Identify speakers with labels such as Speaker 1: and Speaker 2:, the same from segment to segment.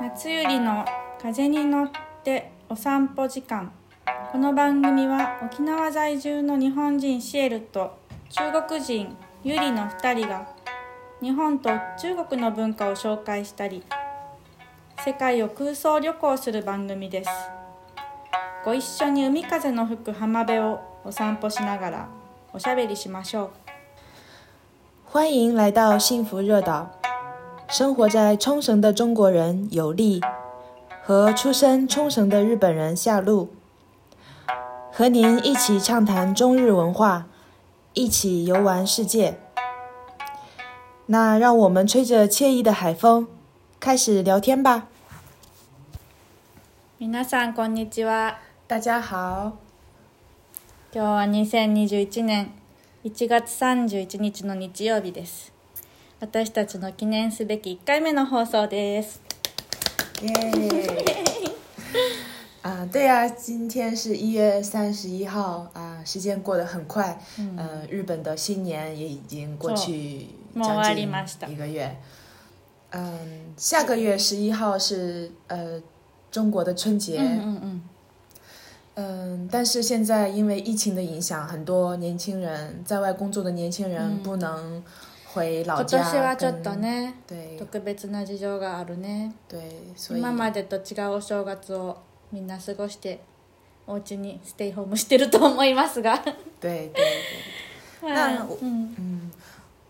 Speaker 1: 夏ゆりの風に乗ってお散歩時間この番組は沖縄在住の日本人シエルと中国人ゆりの2人が日本と中国の文化を紹介したり世界を空想旅行する番組ですご一緒に海風の吹く浜辺をお散歩しながらおしゃべりしましょう
Speaker 2: 欢迎来到幸福热岛。生活在冲绳的中国人有利和出身冲绳的日本人夏露，和您一起畅谈中日文化，一起游玩世界。那让我们吹着惬意的海风，开始聊天吧。
Speaker 1: 皆さんこんにちは
Speaker 2: 大家好，
Speaker 1: 今日は2021年1月31日の日曜日です私たちの記念すべき1回目の放送です
Speaker 2: 耶！ 啊，对呀、今天是一月三十一号啊，时间过得很快。嗯、日本的新年也已经过去
Speaker 1: そうもう
Speaker 2: 将
Speaker 1: 終わり
Speaker 2: 近
Speaker 1: ました
Speaker 2: 一个月。嗯，下个月十一号是呃中国的春节。
Speaker 1: うんうんうん
Speaker 2: 嗯，但是现在因为疫情的影响，很多年轻人在外工作的年轻人不能回老
Speaker 1: 今
Speaker 2: 家
Speaker 1: 年はちょ
Speaker 2: 跟。
Speaker 1: っとね
Speaker 2: 对
Speaker 1: 特別な事情があるね
Speaker 2: 对，所以
Speaker 1: 今までと違うお正月をみんな過ごしてお家にステイホームしてると思いますが
Speaker 2: 对对对。
Speaker 1: は
Speaker 2: 那
Speaker 1: い うん
Speaker 2: 嗯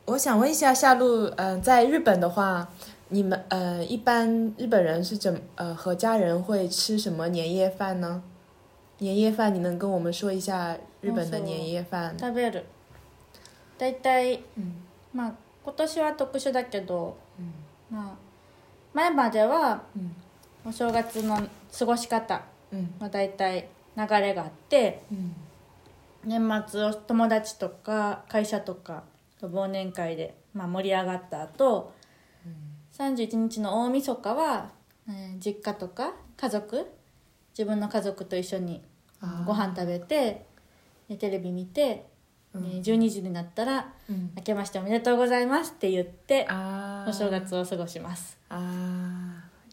Speaker 2: 我想问一下夏露，嗯、在日本的话，你们呃，一般日本人是怎呃和家人会吃什么年夜饭呢？年夜饭，你能跟我们说一下日本的年夜饭？
Speaker 1: 食べる大体
Speaker 2: 嗯
Speaker 1: まあ今年は特殊だけど、まあ、前までは
Speaker 2: 嗯
Speaker 1: お正月の過ごし方
Speaker 2: 嗯
Speaker 1: の大体流れがあって
Speaker 2: 嗯
Speaker 1: 年末を友達とか会社とかと忘年会で、まあ、盛り上がった後、31日
Speaker 2: 嗯
Speaker 1: の大晦日は、えー実家とか家族自分の家族と一緒に
Speaker 2: あー
Speaker 1: ご飯食べてでテレビ見て、
Speaker 2: うん
Speaker 1: えー12時になったら
Speaker 2: 嗯
Speaker 1: 「明けましておめでとうございます」って言って
Speaker 2: 啊
Speaker 1: お正月を過ごします
Speaker 2: 啊，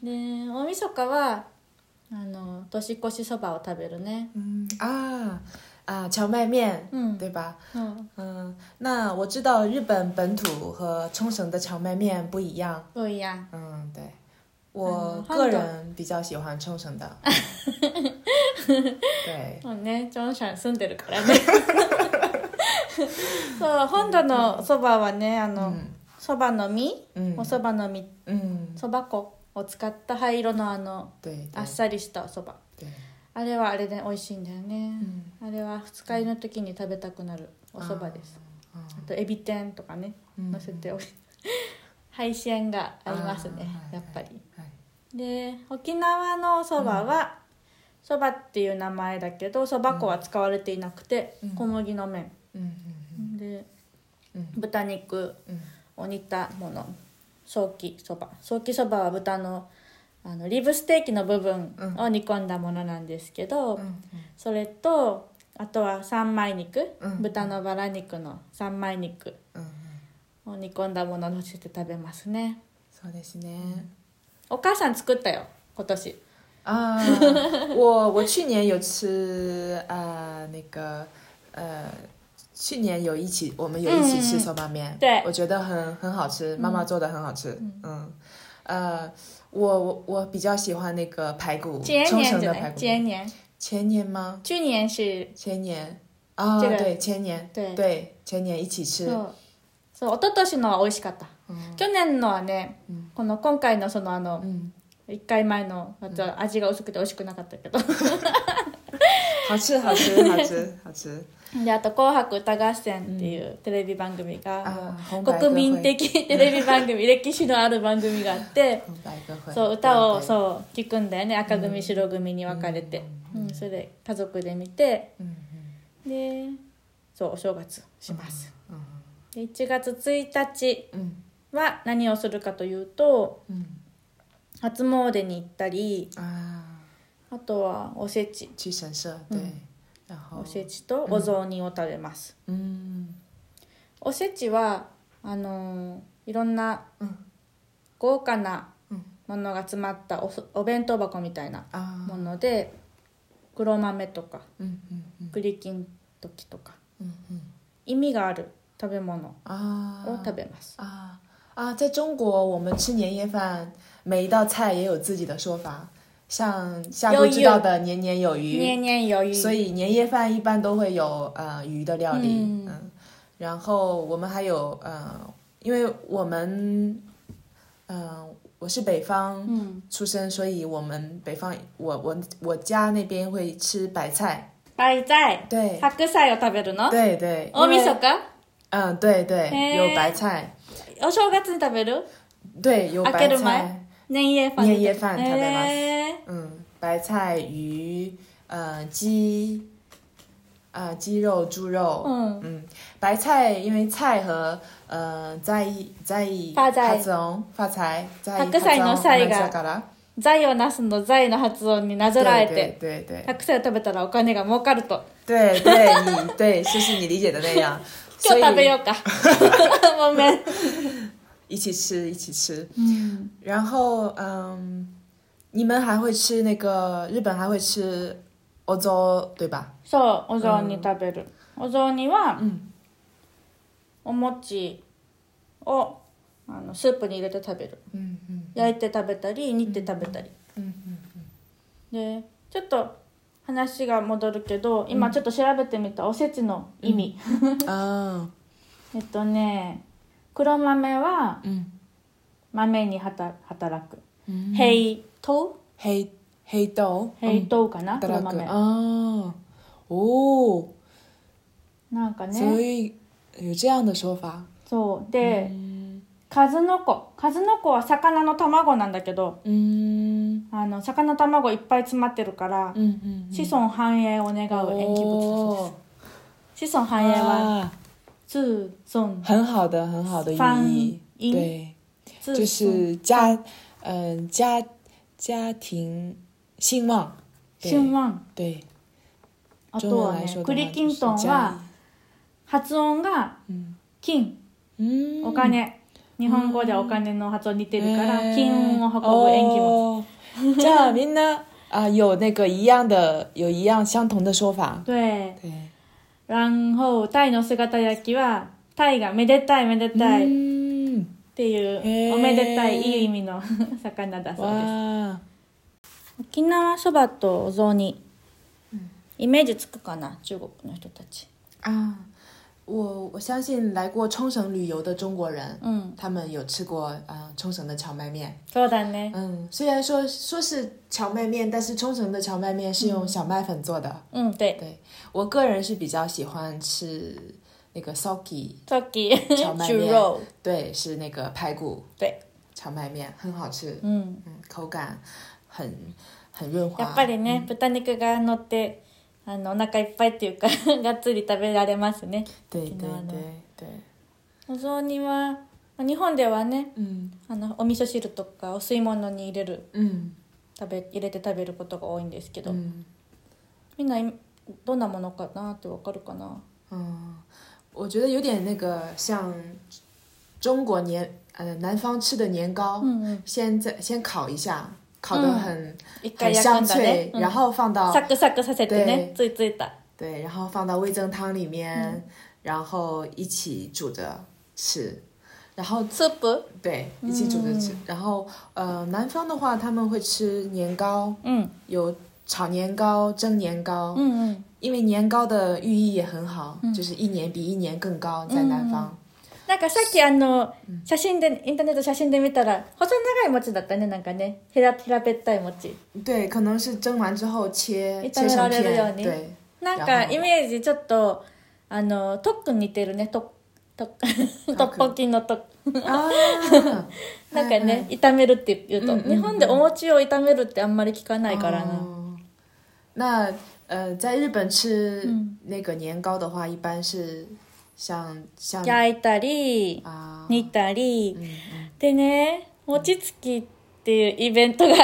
Speaker 1: で大晦日はあの年越しそばを食べるね
Speaker 2: 嗯啊啊，荞麦面，
Speaker 1: 嗯
Speaker 2: 对吧？
Speaker 1: うん
Speaker 2: 嗯，那我知道日本本土和冲绳的荞麦面不一样。
Speaker 1: そういや
Speaker 2: 嗯，对，
Speaker 1: 嗯
Speaker 2: 我
Speaker 1: 换
Speaker 2: 个
Speaker 1: 种
Speaker 2: 人比较喜欢冲绳的。对，
Speaker 1: そうねジョンシャン住んでるからね そう本土のそばはねあの
Speaker 2: 嗯
Speaker 1: そば、の実
Speaker 2: 嗯
Speaker 1: おそばの実
Speaker 2: 嗯，
Speaker 1: そば粉を使った灰色のあの
Speaker 2: 对
Speaker 1: あ
Speaker 2: 对
Speaker 1: っさりしたおそば
Speaker 2: 对，
Speaker 1: あれはあれで美味しいんだよね、
Speaker 2: 嗯
Speaker 1: あれは二日酔いの時に食べたくなるおそばです
Speaker 2: あ
Speaker 1: あとエビ天とかね
Speaker 2: 嗯
Speaker 1: 乗せて おい配信がありますね
Speaker 2: あー
Speaker 1: やっぱり、
Speaker 2: はい
Speaker 1: で沖縄のおそばはそば、蕎麦っていう名前だけどそば粉は使われていなくて、
Speaker 2: うん
Speaker 1: 小麦の麺、
Speaker 2: 嗯嗯
Speaker 1: で
Speaker 2: 嗯嗯
Speaker 1: 豚肉
Speaker 2: 嗯
Speaker 1: を煮たものソーキそばソーキそばは豚のあのリブステーキの部分を煮込んだものなんですけど、
Speaker 2: 嗯
Speaker 1: それとあとは三枚肉、
Speaker 2: うん
Speaker 1: 豚のバラ肉の三枚肉
Speaker 2: 嗯嗯，
Speaker 1: を煮込んだものを乗せて食べますね
Speaker 2: そうですね。
Speaker 1: お母さん作ったよ今年
Speaker 2: 啊，我我去年有吃啊那个呃。去年有一起，我们有一起
Speaker 1: 嗯
Speaker 2: 吃
Speaker 1: 嗯嗯
Speaker 2: 手把面，
Speaker 1: 对
Speaker 2: 我觉得很很好吃，妈妈做的很好吃，嗯，呃，我我我比较喜欢那个排骨，
Speaker 1: 前
Speaker 2: 冲
Speaker 1: 年
Speaker 2: 绳
Speaker 1: じ
Speaker 2: 的
Speaker 1: ゃな
Speaker 2: 排
Speaker 1: い
Speaker 2: 骨，
Speaker 1: 前年
Speaker 2: 前年吗？
Speaker 1: 去年是
Speaker 2: 前年啊，
Speaker 1: 这个
Speaker 2: 对，前年，
Speaker 1: 对
Speaker 2: 对，前年一起吃，
Speaker 1: そうそう一昨年のは美味しかった、
Speaker 2: 嗯
Speaker 1: 去年のはね、
Speaker 2: うん
Speaker 1: この今回のそのあの
Speaker 2: 嗯，
Speaker 1: 1回前のやつは味が薄くて美味しくなかったけど
Speaker 2: 好吃，好吃，好吃，好吃
Speaker 1: であと「紅白歌合戦」っていうテレビ番組が
Speaker 2: 啊！、红
Speaker 1: もう
Speaker 2: 白歌
Speaker 1: 国
Speaker 2: 会
Speaker 1: 民的テレビ番 組歴史のある番組があって
Speaker 2: 红白歌会，
Speaker 1: そう歌を
Speaker 2: 对，
Speaker 1: そう聞くんだよね赤組白組に分かれて、うんそれで家族で見て
Speaker 2: 对嗯嗯
Speaker 1: でそうお正月します、
Speaker 2: 嗯
Speaker 1: で1月1日
Speaker 2: 嗯
Speaker 1: は何をするかというと
Speaker 2: 嗯
Speaker 1: 初詣に行ったり
Speaker 2: 啊，
Speaker 1: あとはおせち
Speaker 2: 去神社，对，然后
Speaker 1: おせちとお雑煮を食べます、
Speaker 2: 嗯
Speaker 1: おせちはあのーいろんな
Speaker 2: 嗯
Speaker 1: 豪華な
Speaker 2: 嗯
Speaker 1: ものが詰まったおお弁当箱みたいな
Speaker 2: あ
Speaker 1: もので黒豆とか
Speaker 2: うんうんうん
Speaker 1: 栗きんときとか
Speaker 2: 嗯嗯
Speaker 1: 意味がある食べ物
Speaker 2: 啊
Speaker 1: を食べます。
Speaker 2: 啊啊！在中国，我们吃年夜饭，每一道菜也有自己的说法。像夏
Speaker 1: 有
Speaker 2: 都知
Speaker 1: 有
Speaker 2: 道的年年有余，
Speaker 1: 年年有余。
Speaker 2: 所以年夜饭一般都会有呃鱼的料理，
Speaker 1: 嗯
Speaker 2: 嗯然后我们还有呃，因为我们，嗯、我是北方
Speaker 1: 嗯，
Speaker 2: 出生，所以我们北方，我我我家那边会吃白菜，
Speaker 1: 白菜、
Speaker 2: 对
Speaker 1: 白菜を食べるの？
Speaker 2: 对对，
Speaker 1: 大
Speaker 2: 因为
Speaker 1: 晦日？
Speaker 2: 嗯对对
Speaker 1: 哦嘿，
Speaker 2: 有白菜，
Speaker 1: お正月に食べる？
Speaker 2: 对有
Speaker 1: 開
Speaker 2: 白
Speaker 1: ける
Speaker 2: 菜
Speaker 1: 前，年夜飯。
Speaker 2: 年夜飯食べます
Speaker 1: え
Speaker 2: 嗯，白菜、鱼、呃鸡，啊、鸡肉、猪肉，
Speaker 1: 嗯
Speaker 2: 白菜因为菜和呃在意在意
Speaker 1: 发财
Speaker 2: 总发财在意
Speaker 1: 白菜の菜が
Speaker 2: が
Speaker 1: ー財をなすの財の発音になぞらえて、
Speaker 2: 对对对
Speaker 1: 白菜を食べたらお金が儲かると。
Speaker 2: 对对，你对就是你理解的那 样，
Speaker 1: 今
Speaker 2: 所以
Speaker 1: 日食べようか。 ごめん。
Speaker 2: 一起吃一起吃，
Speaker 1: うん。
Speaker 2: 然后嗯，你们还会吃那个日本还会吃欧洲对吧？嗯
Speaker 1: そう、お雑煮食べる。お雑煮は、
Speaker 2: ん
Speaker 1: お餅をあのスープに入れて食べる。
Speaker 2: 嗯嗯
Speaker 1: 焼いて食べたり煮て食べたり。
Speaker 2: 嗯嗯
Speaker 1: でちょっと話が戻るけど今ちょっと調べてみたおせちの意味、
Speaker 2: 嗯啊
Speaker 1: えっとね黒豆は
Speaker 2: 嗯
Speaker 1: 豆に働働く
Speaker 2: 嗯。
Speaker 1: 平糖
Speaker 2: 黑黑豆，
Speaker 1: 平糖かな、黒
Speaker 2: 働く
Speaker 1: 豆
Speaker 2: 啊，哦，
Speaker 1: なんか
Speaker 2: 所
Speaker 1: ね
Speaker 2: 以有这样的说法，
Speaker 1: そうで、数の子数の子は魚の卵なんだけど
Speaker 2: 嗯
Speaker 1: あの魚の卵いっぱい詰まってるから、
Speaker 2: 嗯嗯，
Speaker 1: 子孫繁栄を願う縁起物だそう
Speaker 2: 哦
Speaker 1: です子孫繁栄は
Speaker 2: 啊，
Speaker 1: 子孫
Speaker 2: 很好的很好的寓
Speaker 1: 翻
Speaker 2: 意，
Speaker 1: 音
Speaker 2: 对，
Speaker 1: 子孫
Speaker 2: 就是家，嗯家家庭兴旺，
Speaker 1: 春
Speaker 2: 对
Speaker 1: ワン
Speaker 2: 对，
Speaker 1: あ
Speaker 2: 中
Speaker 1: と
Speaker 2: 文
Speaker 1: は
Speaker 2: 来
Speaker 1: ね
Speaker 2: 说的
Speaker 1: 栗きん
Speaker 2: 话就是
Speaker 1: とんは
Speaker 2: 家，
Speaker 1: 発音が
Speaker 2: 嗯
Speaker 1: 金
Speaker 2: 嗯，
Speaker 1: お金、日本語ではお金の発音似てるから、
Speaker 2: えー
Speaker 1: 金運を運ぶ縁起物、
Speaker 2: 哦 这样みんな啊有那个一样的有一样相同的说 法。
Speaker 1: で
Speaker 2: 对，
Speaker 1: 卵胞タイの姿焼きはタイがめでたいめでたいっ
Speaker 2: 嗯，
Speaker 1: ていう、
Speaker 2: へー
Speaker 1: おめでたいいい意味の魚だそうです
Speaker 2: 哇，
Speaker 1: 沖縄そばとお雑煮、イメージつくかな中国の人たち
Speaker 2: 啊，我我相信来过冲绳旅游的中国人，
Speaker 1: うん
Speaker 2: 他们有吃过嗯、呃冲绳的荞麦面。
Speaker 1: そうだね
Speaker 2: 嗯，虽然说说是荞麦面，但是冲绳的荞麦面是用小麦粉做的。
Speaker 1: うんで
Speaker 2: 对我个人是比较喜欢吃那个 soki，
Speaker 1: さっき
Speaker 2: 荞麦
Speaker 1: 猪
Speaker 2: 面
Speaker 1: 肉
Speaker 2: 对，是那个排骨
Speaker 1: 对
Speaker 2: 荞麦面，很好吃，
Speaker 1: うん
Speaker 2: 嗯，口感很很润滑。
Speaker 1: やっぱりね、豚肉が乗ってあのお腹いっぱいっていうか がっつり食べられますね
Speaker 2: 对
Speaker 1: 沖
Speaker 2: 对
Speaker 1: 縄的
Speaker 2: 对对，
Speaker 1: お雑煮はまあ日本ではね
Speaker 2: 嗯
Speaker 1: あのお味噌汁とかお吸い物に入れる
Speaker 2: 嗯。
Speaker 1: 食べ入れて食べることが多いんですけど、
Speaker 2: 嗯
Speaker 1: みんないどんなものかなってわかるかな
Speaker 2: 嗯，我觉得有点那个像中国年呃南方吃的年糕，
Speaker 1: うんうん
Speaker 2: 先在先烤一下，烤得
Speaker 1: 嗯
Speaker 2: 很、
Speaker 1: 一回
Speaker 2: 很
Speaker 1: 焼く
Speaker 2: 香
Speaker 1: んだね
Speaker 2: 脆，、
Speaker 1: うん
Speaker 2: 然后放到
Speaker 1: サクサクさせてね
Speaker 2: 对
Speaker 1: ついついた
Speaker 2: 对，然后放到味增汤里面，
Speaker 1: 嗯
Speaker 2: 然后一起煮着吃，然后
Speaker 1: スープ
Speaker 2: 对一起煮着吃，
Speaker 1: 嗯
Speaker 2: 然后呃南方的话他们会吃年糕，
Speaker 1: うん
Speaker 2: 有炒年糕、蒸年糕，
Speaker 1: うんうん
Speaker 2: 因为年糕的寓意也很好，就是一年比一年更高，在南方。
Speaker 1: なんかさっきあの写真でインターネット写真で見たら細長い餅だったねなんかね平平べったい餅
Speaker 2: 对，可能是蒸完之后切
Speaker 1: 炒め
Speaker 2: 切成
Speaker 1: られるよう
Speaker 2: 片，
Speaker 1: に
Speaker 2: 对，
Speaker 1: なん
Speaker 2: や
Speaker 1: か
Speaker 2: はり
Speaker 1: イメージちょっとあのトックン似てるねトットットッポキのトッ
Speaker 2: 啊，嗯
Speaker 1: なんかね、炒めるって言うと、
Speaker 2: うんうんうん
Speaker 1: 日本でお餅を炒めるってあんまり聞かないからな、
Speaker 2: 哦那呃，在日本吃那个年糕的话，一般是像像
Speaker 1: 焼いたり
Speaker 2: 啊，
Speaker 1: 煮たり、
Speaker 2: 嗯
Speaker 1: でね餅つきっていうイベントが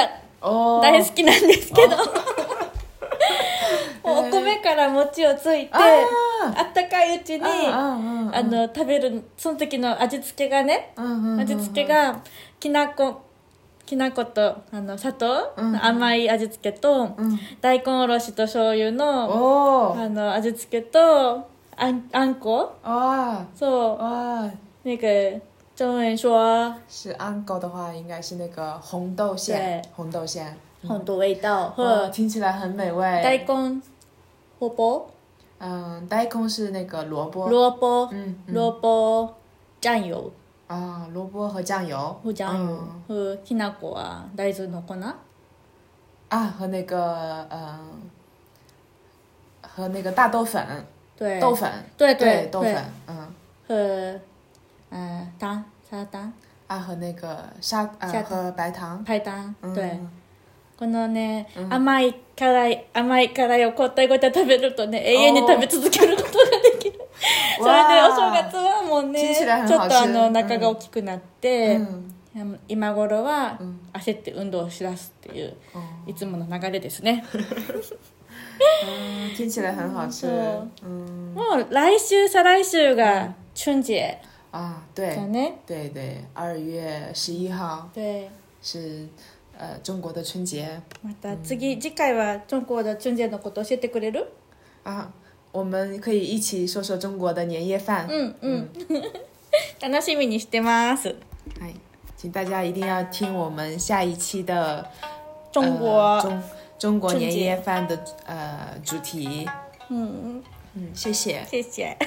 Speaker 2: 哦，
Speaker 1: 大好きなんですけど、 もうお米から餅をついて、
Speaker 2: 啊啊
Speaker 1: あったかいうちに、
Speaker 2: 啊
Speaker 1: あの食べるその時の味付けがね、
Speaker 2: 嗯嗯，
Speaker 1: 味付けがきなこききな粉とあの砂糖、
Speaker 2: うん
Speaker 1: 甘い味付けと
Speaker 2: うん。
Speaker 1: 大根おろしと醤油の
Speaker 2: おー。
Speaker 1: あの味付けとあんあんこ
Speaker 2: 啊
Speaker 1: そう
Speaker 2: 啊！
Speaker 1: 那个中文说
Speaker 2: 是安狗的话，应该是那个红豆馅
Speaker 1: 对，
Speaker 2: 红豆馅，
Speaker 1: 很多味道
Speaker 2: 哦，
Speaker 1: 和
Speaker 2: 听起来很美
Speaker 1: 大
Speaker 2: 味。
Speaker 1: 根、萝卜、
Speaker 2: 嗯，大根是那个萝卜，
Speaker 1: 萝卜、
Speaker 2: 嗯嗯
Speaker 1: 萝卜酱油、
Speaker 2: 啊，萝卜和酱油，
Speaker 1: 胡酱油和
Speaker 2: 嗯
Speaker 1: きな粉啊、大豆の粉。
Speaker 2: 啊，和那个嗯，和那个大豆粉，
Speaker 1: 对，
Speaker 2: 豆粉，
Speaker 1: 对
Speaker 2: 对，
Speaker 1: 对
Speaker 2: 豆
Speaker 1: 对
Speaker 2: 粉，嗯，
Speaker 1: 和嗯糖砂糖
Speaker 2: 啊，和那个砂，
Speaker 1: 砂
Speaker 2: 呃，
Speaker 1: 糖
Speaker 2: 和白糖，
Speaker 1: 白糖，
Speaker 2: 嗯
Speaker 1: 对。このね、甘い辛い甘い辛いを交代交代食べるとね永遠に食べ続けることができるそれでお正月はもうね
Speaker 2: チンチラ很
Speaker 1: ちょ
Speaker 2: 好吃
Speaker 1: っとあの
Speaker 2: う
Speaker 1: お
Speaker 2: ん
Speaker 1: 腹が大きくなって、
Speaker 2: 嗯，
Speaker 1: 今頃は
Speaker 2: うん
Speaker 1: 焦って運動をしだすっていう
Speaker 2: 哦
Speaker 1: いつもの流れですね
Speaker 2: 嗯，听起来很好吃
Speaker 1: 嗯，
Speaker 2: 嗯，
Speaker 1: もう来週再来週が春節
Speaker 2: 啊，对
Speaker 1: だ，ね
Speaker 2: 对对，二月十一号
Speaker 1: で
Speaker 2: 是呃中国的春节
Speaker 1: また次、次回は中国の春節のこと教えてくれる
Speaker 2: 啊，我们可以一起说说中国的年夜饭。
Speaker 1: うんうん。 楽しみにしてます。
Speaker 2: 哎，请大家一定要听我们下一期的
Speaker 1: 中
Speaker 2: 呃
Speaker 1: 国，
Speaker 2: 中中国
Speaker 1: 春节
Speaker 2: 年夜饭的呃主题。
Speaker 1: 嗯，
Speaker 2: 嗯，谢谢。
Speaker 1: 谢谢。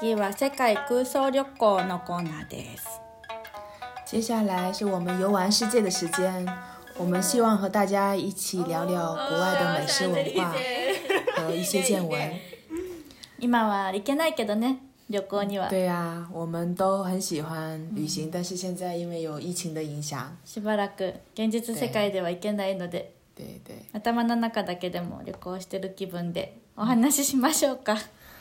Speaker 1: 次は世界空想旅行のコーナーです。
Speaker 2: 接下来是我们游玩世界的时间，我们希望和大家一起聊聊国外的美食文化和一些见闻。
Speaker 1: 今は行けないけどね、旅行には。
Speaker 2: 对呀、我们都很喜欢旅行，但是现在因为有疫情的影响，
Speaker 1: しばらく現実世界では行けないので、
Speaker 2: 对 对，
Speaker 1: 頭の中だけでも旅行してる気分でお話ししましょうか。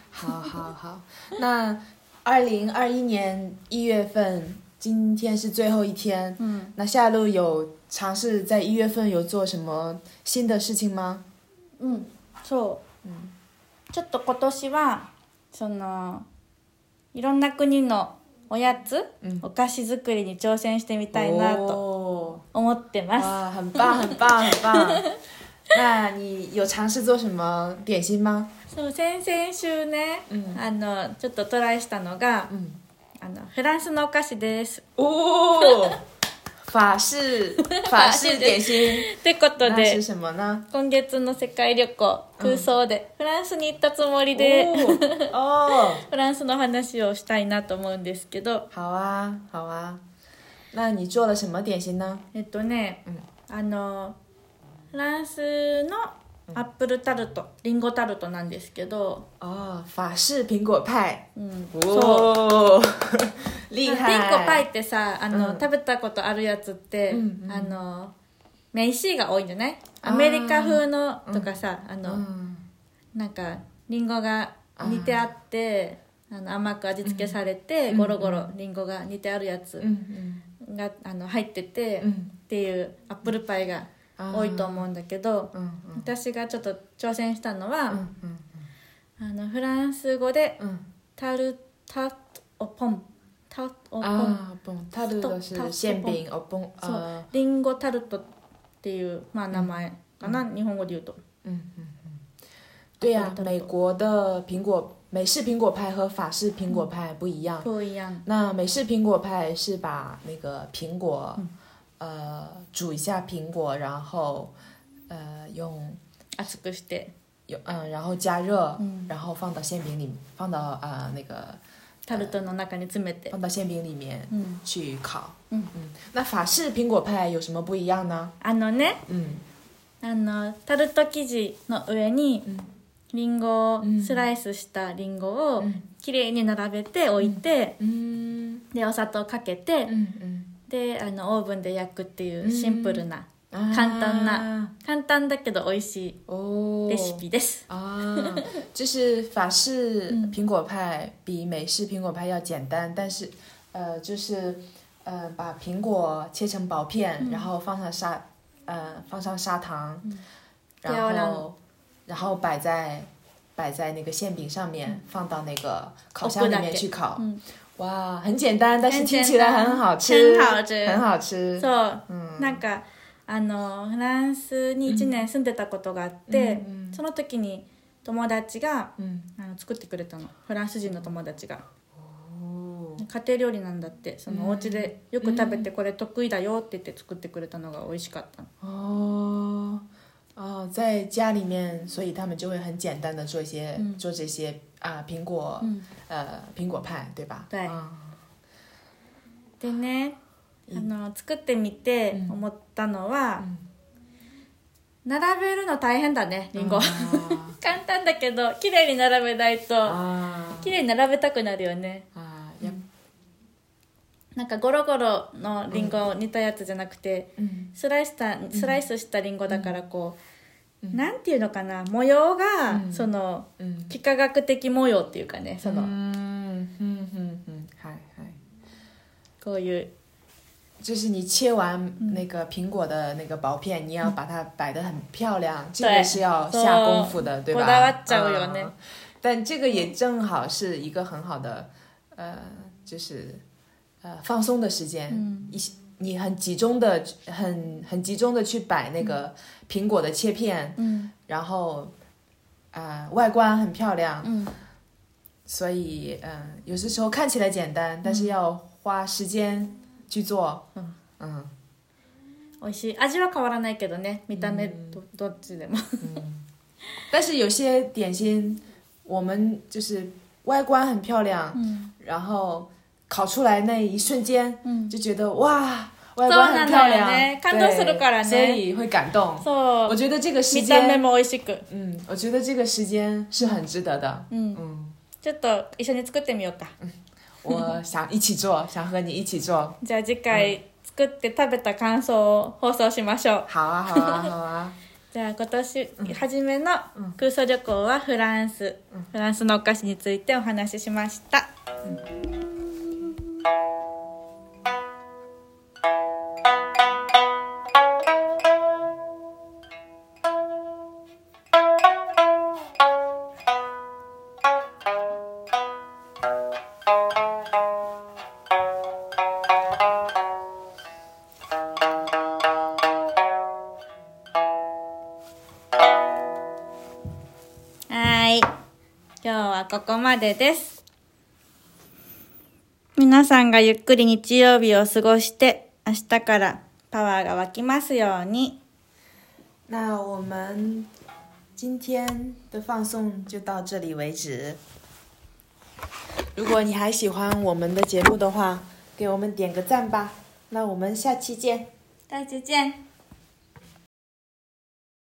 Speaker 2: 好好好。那二零二一年一月份，今天是最后一天，嗯，那夏露有尝试在一月份有做什么新的事情吗？
Speaker 1: うんそう、ちょっと今年はそのいろんな国のおやつ、お菓子作りに挑戦してみたいなと
Speaker 2: 哦，
Speaker 1: 思ってます
Speaker 2: 哇，很棒，很棒，很 棒。那你有尝试做什么点心吗？
Speaker 1: そう先々週ね、あのちょっとトライしたのが、
Speaker 2: ん
Speaker 1: あのフランスのお菓子です
Speaker 2: 哦，法式法式点心。
Speaker 1: ってこと
Speaker 2: 那
Speaker 1: です
Speaker 2: 什么呢？
Speaker 1: 今月の世界旅行空想で、フランスに行ったつもりで、
Speaker 2: 哦哦，
Speaker 1: フランスの話をしたいなと思うんですけど
Speaker 2: 好啊，好啊。那你做了什么点心呢？
Speaker 1: えっとね、
Speaker 2: うん
Speaker 1: あのフランスのアップルタルトリンゴタルトなんですけど、
Speaker 2: 哦，法式苹果派。
Speaker 1: うんそう
Speaker 2: 哦，厉
Speaker 1: ピンコ
Speaker 2: 害！
Speaker 1: パイってさあの、
Speaker 2: うん
Speaker 1: 食べたことあるやつって、
Speaker 2: うんうん
Speaker 1: あの名詞が多いんじゃない
Speaker 2: あー
Speaker 1: アメリカ風のとかさあの、
Speaker 2: 嗯
Speaker 1: なんかリンゴが煮てあってあの甘く味付けされて、ゴロゴロリンゴが煮てあるやつ
Speaker 2: 嗯嗯
Speaker 1: が、あの入ってて、っ
Speaker 2: 嗯
Speaker 1: ていうアップルパイが多
Speaker 2: 哦
Speaker 1: いと思うんだけど、
Speaker 2: 嗯嗯
Speaker 1: 私がちょっと挑戦したのは、
Speaker 2: 嗯嗯
Speaker 1: あのフランス語で
Speaker 2: 嗯
Speaker 1: 「タルタオポン」「タオポ
Speaker 2: 嗯
Speaker 1: ン」
Speaker 2: 啊，嘣，它的都
Speaker 1: 它
Speaker 2: 是
Speaker 1: 它
Speaker 2: 馅饼哦，嘣
Speaker 1: そう
Speaker 2: 呃，
Speaker 1: 「リンゴタルト」っていう、まあ、名前かな、日本语で言うと
Speaker 2: 嗯嗯嗯，对呀、美国的苹果美式苹果派和法式苹果派不一样。
Speaker 1: 不一样
Speaker 2: 那美式苹果派是把那个苹果，呃，煮一下苹果，然后，呃，用
Speaker 1: 熱くして
Speaker 2: 用嗯，然后加热，
Speaker 1: 嗯
Speaker 2: 然后放到馅饼里，放到啊、呃那个
Speaker 1: タルトの中に詰めて、
Speaker 2: 放到馅饼里面
Speaker 1: うん、
Speaker 2: 去烤。
Speaker 1: 嗯
Speaker 2: 嗯，那法式苹果派有什么不一样呢？
Speaker 1: あのね
Speaker 2: 嗯
Speaker 1: あのタルト生地の上に
Speaker 2: 嗯
Speaker 1: リンゴを、
Speaker 2: うん
Speaker 1: スライスしたリンゴを
Speaker 2: うん
Speaker 1: きれいに並べて置いて、
Speaker 2: 嗯
Speaker 1: でお砂糖かけて、
Speaker 2: 嗯
Speaker 1: であのオーブンで焼くっていうシンプルな、
Speaker 2: 嗯，
Speaker 1: 簡単
Speaker 2: 啊
Speaker 1: な簡単だけど美味しい
Speaker 2: 哦
Speaker 1: レシピです、
Speaker 2: 啊，就是法式
Speaker 1: 嗯
Speaker 2: 苹果派比美式苹果派要简单，但是呃，就是呃，把苹果切成薄片，
Speaker 1: 嗯
Speaker 2: 然后放上砂呃放上砂糖，
Speaker 1: 对
Speaker 2: 然
Speaker 1: 然
Speaker 2: 后然后摆
Speaker 1: 哦
Speaker 2: 在摆在那个馅饼上面，放到那个烤箱里面去烤。
Speaker 1: 嗯
Speaker 2: 哇，很简单，但是
Speaker 1: 很
Speaker 2: 听
Speaker 1: 简
Speaker 2: 起来
Speaker 1: 单
Speaker 2: 很好吃，
Speaker 1: 很好吃
Speaker 2: 很好吃。
Speaker 1: そう、なんかあのフランスに1年住んでたことがあって、その時に友達が
Speaker 2: 嗯，
Speaker 1: あの作ってくれたのフランス人の友達が家庭料理なんだってそのお家でよく食べてこれ得意だよって言って作ってくれたのが美味しかったの
Speaker 2: 哦哦，在家里面，所以他们就会很简单的做一些、做这些啊、苹果、呃苹果派，对吧？
Speaker 1: 对
Speaker 2: 啊
Speaker 1: でねあの作ってみて思ったのは、並べるの大変だねりんご 簡単だけど綺麗に並べないと
Speaker 2: 啊
Speaker 1: 綺麗に並べたくなるよね
Speaker 2: 啊，也
Speaker 1: なんかゴロゴロのリンゴ煮たやつじゃなくて、
Speaker 2: 嗯
Speaker 1: スライスたスライスしたリンゴだからこう、なんていうのかな模様が、その
Speaker 2: 嗯
Speaker 1: 幾何学的模様っていうかねその、
Speaker 2: 嗯嗯嗯嗯，嗨嗨。
Speaker 1: こういう
Speaker 2: 就是你切完那个苹果的那个薄片，你要把它摆得很漂亮，这个
Speaker 1: 对哦
Speaker 2: 是要下功夫的，
Speaker 1: そう
Speaker 2: 对吧？
Speaker 1: こだわっちゃうよね
Speaker 2: 嗯但这个也正好是一个很好的，呃，就是呃放松的时间，
Speaker 1: 嗯
Speaker 2: 一些你很集中的、很很集中的去摆那个苹果的切片，
Speaker 1: 嗯，
Speaker 2: 然后啊、呃外观很漂亮，
Speaker 1: 嗯，
Speaker 2: 所以嗯、呃有些时候看起来简单，但是
Speaker 1: 嗯
Speaker 2: 要花时间去做，嗯嗯。
Speaker 1: 美味しい味は変わらないけどね見た目ど,、どっちでも
Speaker 2: 但是有些点心，我们就是外观很漂亮，
Speaker 1: 嗯
Speaker 2: 然后烤出来那一瞬间，
Speaker 1: 嗯
Speaker 2: 就觉得哇，外观很漂亮，
Speaker 1: そうなんだよね
Speaker 2: 对
Speaker 1: 感動するからね
Speaker 2: 所以会感动。
Speaker 1: そ
Speaker 2: 我觉得这个
Speaker 1: う
Speaker 2: 时
Speaker 1: 見た目
Speaker 2: 间，
Speaker 1: も美味しく
Speaker 2: 嗯，我觉得这个时间是很值得的。
Speaker 1: うん
Speaker 2: 嗯，
Speaker 1: ちょっと一緒に作ってみようか
Speaker 2: 我想一起做，想和你一起做。
Speaker 1: じゃあ次回、作って食べた感想を放送しましょう
Speaker 2: 好啊，好啊，好啊。
Speaker 1: じゃあ今年初めの空想旅行はフランス、フランスのお菓子についてお話ししました。はい。今日はここまでです。皆さんがゆっくり日曜日を過ごして、明日からパワーが湧きますように。
Speaker 2: 那我们今天的放送就到这里为止。如果你还喜欢我们的节目的话，给我们点个赞吧。那我们下期见。
Speaker 1: 大家见。